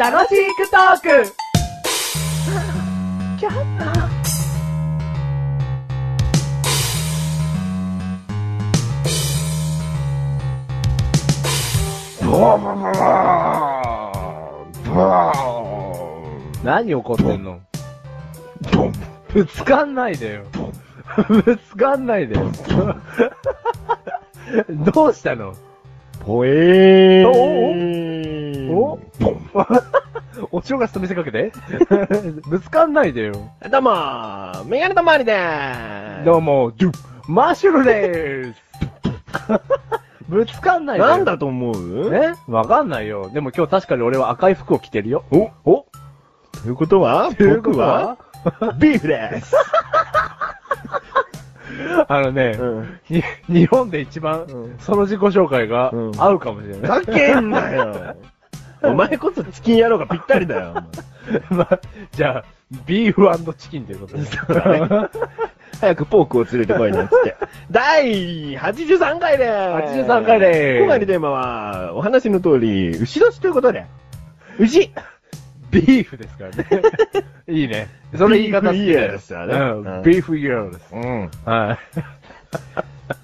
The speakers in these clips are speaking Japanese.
楽しくトークブワーブワーブワー何怒ってんのドンぶつかんないでよ。 ぶつかんないでよ。 どうしたのポエーおドンお正月と見せかけて ぶつかんないでよ。どうもメガネとまわりでーどうも、ジュマッシュルでーす ぶつかんないでよ。なんだと思うねわかんないよ。でも今日確かに俺は赤い服を着てるよ。おおということはというこ僕とははビーフです、あのね、うん、に日本で一番、うんその自己紹介がうん合うかもしれない。かけんなよお前こそチキン野郎がぴったりだよまあじゃあ、ビーフチキンということで。お前早くポークを連れてこいなんつって。第83回でーす。 83回でーす今回のテーマは、お話の通り、牛年ということで。牛ビーフですから ね。いいね。それ言い方好きビーフイヤーですからねううんん。ビーフイヤーです。うん。はい。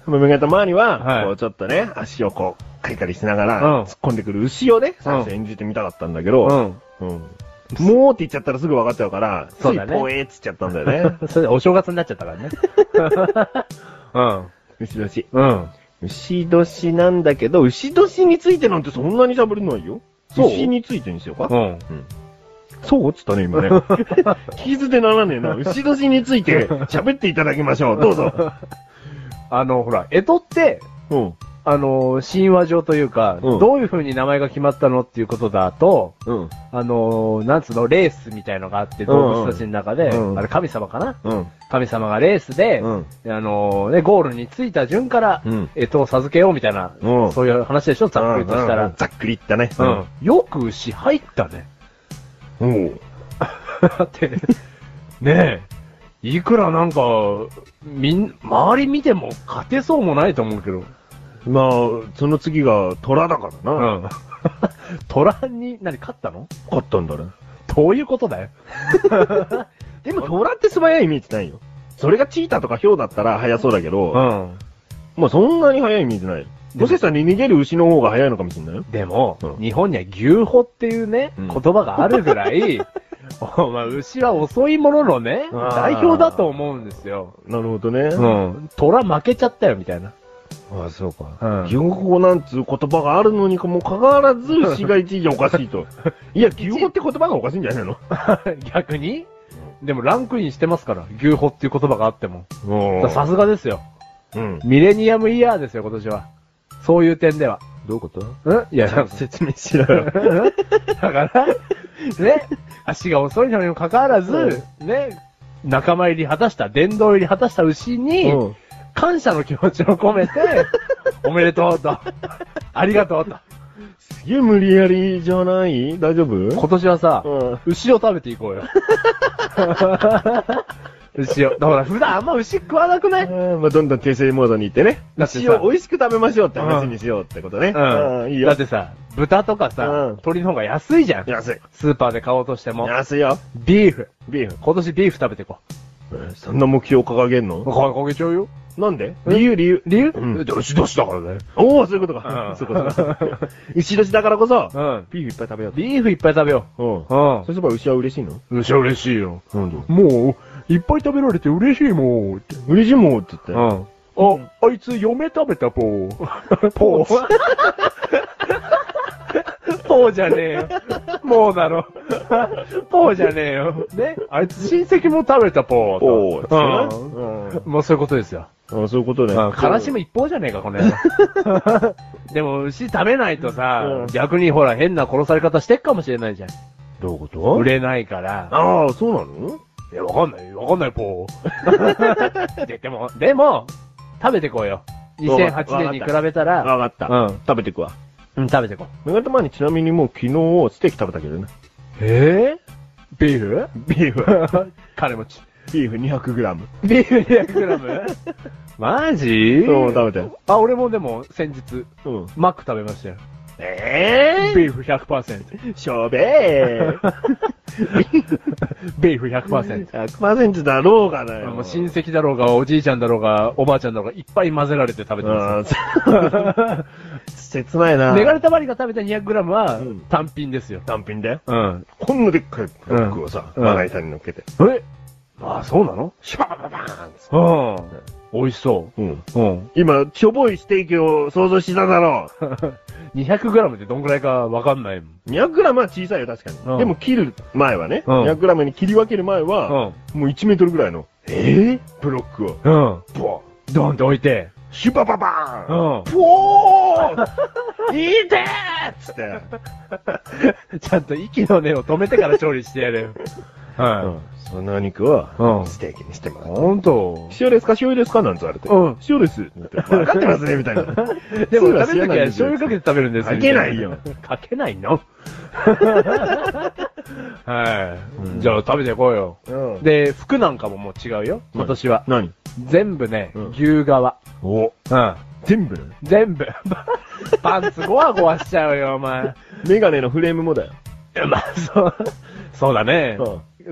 胸型周りは、はいこうちょっとね、足をこう、かいたりしながら、うん突っ込んでくる牛をね、最初演じてみたかったんだけど、ん。うん。もうって言っちゃったらすぐ分かっちゃうから、つそういだねポエーっつっちゃったんだよね。 それお正月になっちゃった からね。牛年。うん。うん。牛年なんだけど、牛年についてなんてそんなに喋れないよ。そう牛についてにしようか。うん。そうっつったね、 今ね。聞き捨てならねえな。牛年について喋っていただきましょう。どうぞ。あの、ほら、江戸って、うん。あの、神話上というか、うんどういう風に名前が決まったのっていうことだと、うん。あの、なんつうの、レースみたいのがあって、動物たちの中で、うんうんあれ神様かなうん。神様がレースで、うんあのね、ゴールに着いた順から、うんえっと、授けようみたいな、うんそういう話でしょ、ざっくりとしたうんら。ざっくりいったね。うん。よく牛入ったね。 うん。うん。だって、ねえ、いくらなんか、みん、周り見ても勝てそうもないと思うけど。まあ、その次が虎だからうな。ん。 虎に、何、勝ったの勝ったんだね。どういうこと だよ。でも虎って素早いイメージないよ。それがチーターとかヒョウだったら速そうだけうど、ん。まあそんなに速いイメージない。もしかしたら逃げる牛の方が速いのかもしれないよ。でも、うん日本には牛歩っていうね、うん言葉があるぐ らい、お前、牛は遅いもののね、あー代表だと思うんですよ。なるほどね。うん。虎負けちゃったよ、みたいな。 ああ、そうか。うん牛歩なんつう言葉があるのにもかかわらず、市街地位おかしいと。 いや、牛歩って言葉がおかしいんじゃないの逆にでもランクインしてますから、牛歩っていう言葉があっても。うださすがですよ。うん。ミレニアムイヤーですよ、今年は。そういう点では。どういうことうんいや、 なんか 説明しろよ。だ から、ね、足が遅いのにもかかわらず、ね、仲間入り果たした、殿堂入り果たした牛に、うん感謝の気持ちを込めて、 おめでとうと、ありがとうと。すげえ無理やりじゃない大丈夫今年はさ、うん牛を食べていこうよ。 牛を。だから普段あんま牛食わなくなあいーまあ、どんどん訂正モードに行ってね。だってさ牛を美味しく食べましょうって話にしようってことね。う。うんいいよ。だってさ、豚とかさ、うん鶏の方が安いじゃん。安い。スーパーで買おうとしても。安いよ。ビーフ。ビーフ。今年ビーフ食べていこえーそんな目標を掲げんう。のこれかけちゃうよ。なんでえ理由理由。理由うん牛年だからね。おおそういうことうか。んそうかそうか。牛年だからこそ、うん。ビーフいっぱい食べようビーフいっぱい食べようん。う。うんそ。したら牛は嬉しいのうしゃ嬉しいよ。なんでもう、いっぱい食べられて嬉しいもん。嬉しいもんって言って。ん。あ、あいつ嫁食べたポー。ポー。ポーじゃねえよ。もうだろ。ポーじゃねえよ。ね。あいつ親戚も食べたポー。おーううんん。うんもうそういうことですよ。あそういうことね。悲しむ一方じゃねえか、 この野郎でも、牛食べないとうさん、逆にほら、変な殺され方してっかもしれないじゃん。どういうこと売れないから。ああ、そうなのいや、わかんない、わかんない、ポ ー。で、でも、でも、食べてこうよ。2008年に比べたら、わかった。うん食べてくわ。うん、食べてこう。メガタマにちなみにもう昨日ステーキ食べたけどね。えぇ、ビーフビーフ。 金持ち。ビーフ 200g。ビーフ 200g? マジそう、食べて。あ、俺もでも先日、うん。マック食べましたよ。えビーフ100%。ー、しょべー。 ビーフ100%。 100%だろうがだよ。もう親戚だろうが、おじいちゃんだろうが、おばあちゃんだろうが、いっぱい混ぜられて食べてますよ。うん 切ないな。メガネたまりが食べた 200g はうん単品ですよ。単品でうん。こんなでっかいブロックをさ、うんまな板に乗っけて、えああ、そうなのシャバババーンっつってうん。美味しそうん。う。 うん。今、ちょぼいステーキを想像しただろ 200g ってどんぐらいかわかんないもん。う。200g は小さいよ、確かに。うんでも切る前はね、うん 200g に切り分ける前は、もう1メートルぐらいのえブロックを、うん。ボンドンと置いて。シュバババーンん。ポー ンいいてーっつって、 ちゃんと息の根を止めてから調理してやれよ。うはんそのお肉をうんステーキにしてもい。らって。ほんと。塩ですか塩ですかなんて言われて。うん塩です。って分かってますね、みたいな。 でも普通は食べるときは醤油かけて食べるんですよかけないよ。 かけない のはい、うんじゃあ食べてこうよ。うん。で、服なんかももう違うよ。今年は。何全部ね、うん牛革。お、うん。全部全部。 パンツゴワゴワしちゃうよ、お前。メガネのフレームもだよ。 まあ、そう、そうだね。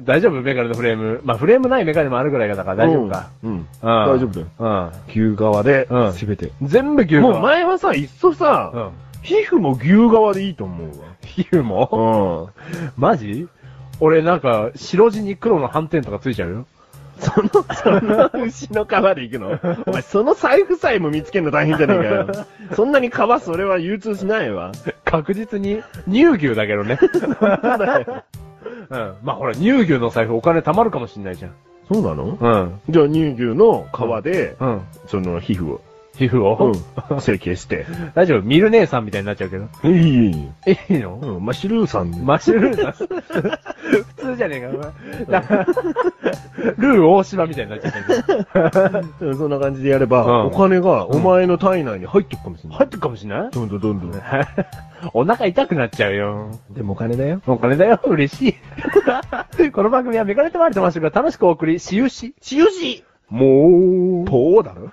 大丈夫メガネのフレーム。まあ、フレームないメガネもあるぐらいだから大丈夫か。。うん。うん大丈夫だよ。うん。牛側でうんべて。全部牛革。もう前はさ、いっそうさ、ん。皮膚も牛側でいいと思う皮膚もわ。うん。マジ俺なんか、白地に黒の斑点とかついちゃうよ。その、その牛の皮で行くのお前、その財布さえも見つけるの大変じゃねえかよ。そんなに皮、それは流通しないわ。確実に乳牛だ けどね。うん。まあほら、乳牛の財布お金貯まるかもしんないじゃん。そうなのうん。じゃあ乳牛の皮で、うん。その皮膚を、皮膚を、成形して。大丈夫ミル姉さんみたいになっちゃうけど。いいいいいい。いいのうん、まあ、シルーさんマッシュルーナ普通じゃねえか、お前。だから、ルー大芝みたいになっちゃったけ ど。うんそんな感じでやれば、うんお金がお前の体内に入ってくかもしれない。入ってくかもしんないどんどんどんどん。お腹痛くなっちゃうよ。でもお金だよ。お金だよ、嬉し い。この番組はメガネとマリとマッシュルが楽しくお送り、しゆし。しよしもう、ぽーだろ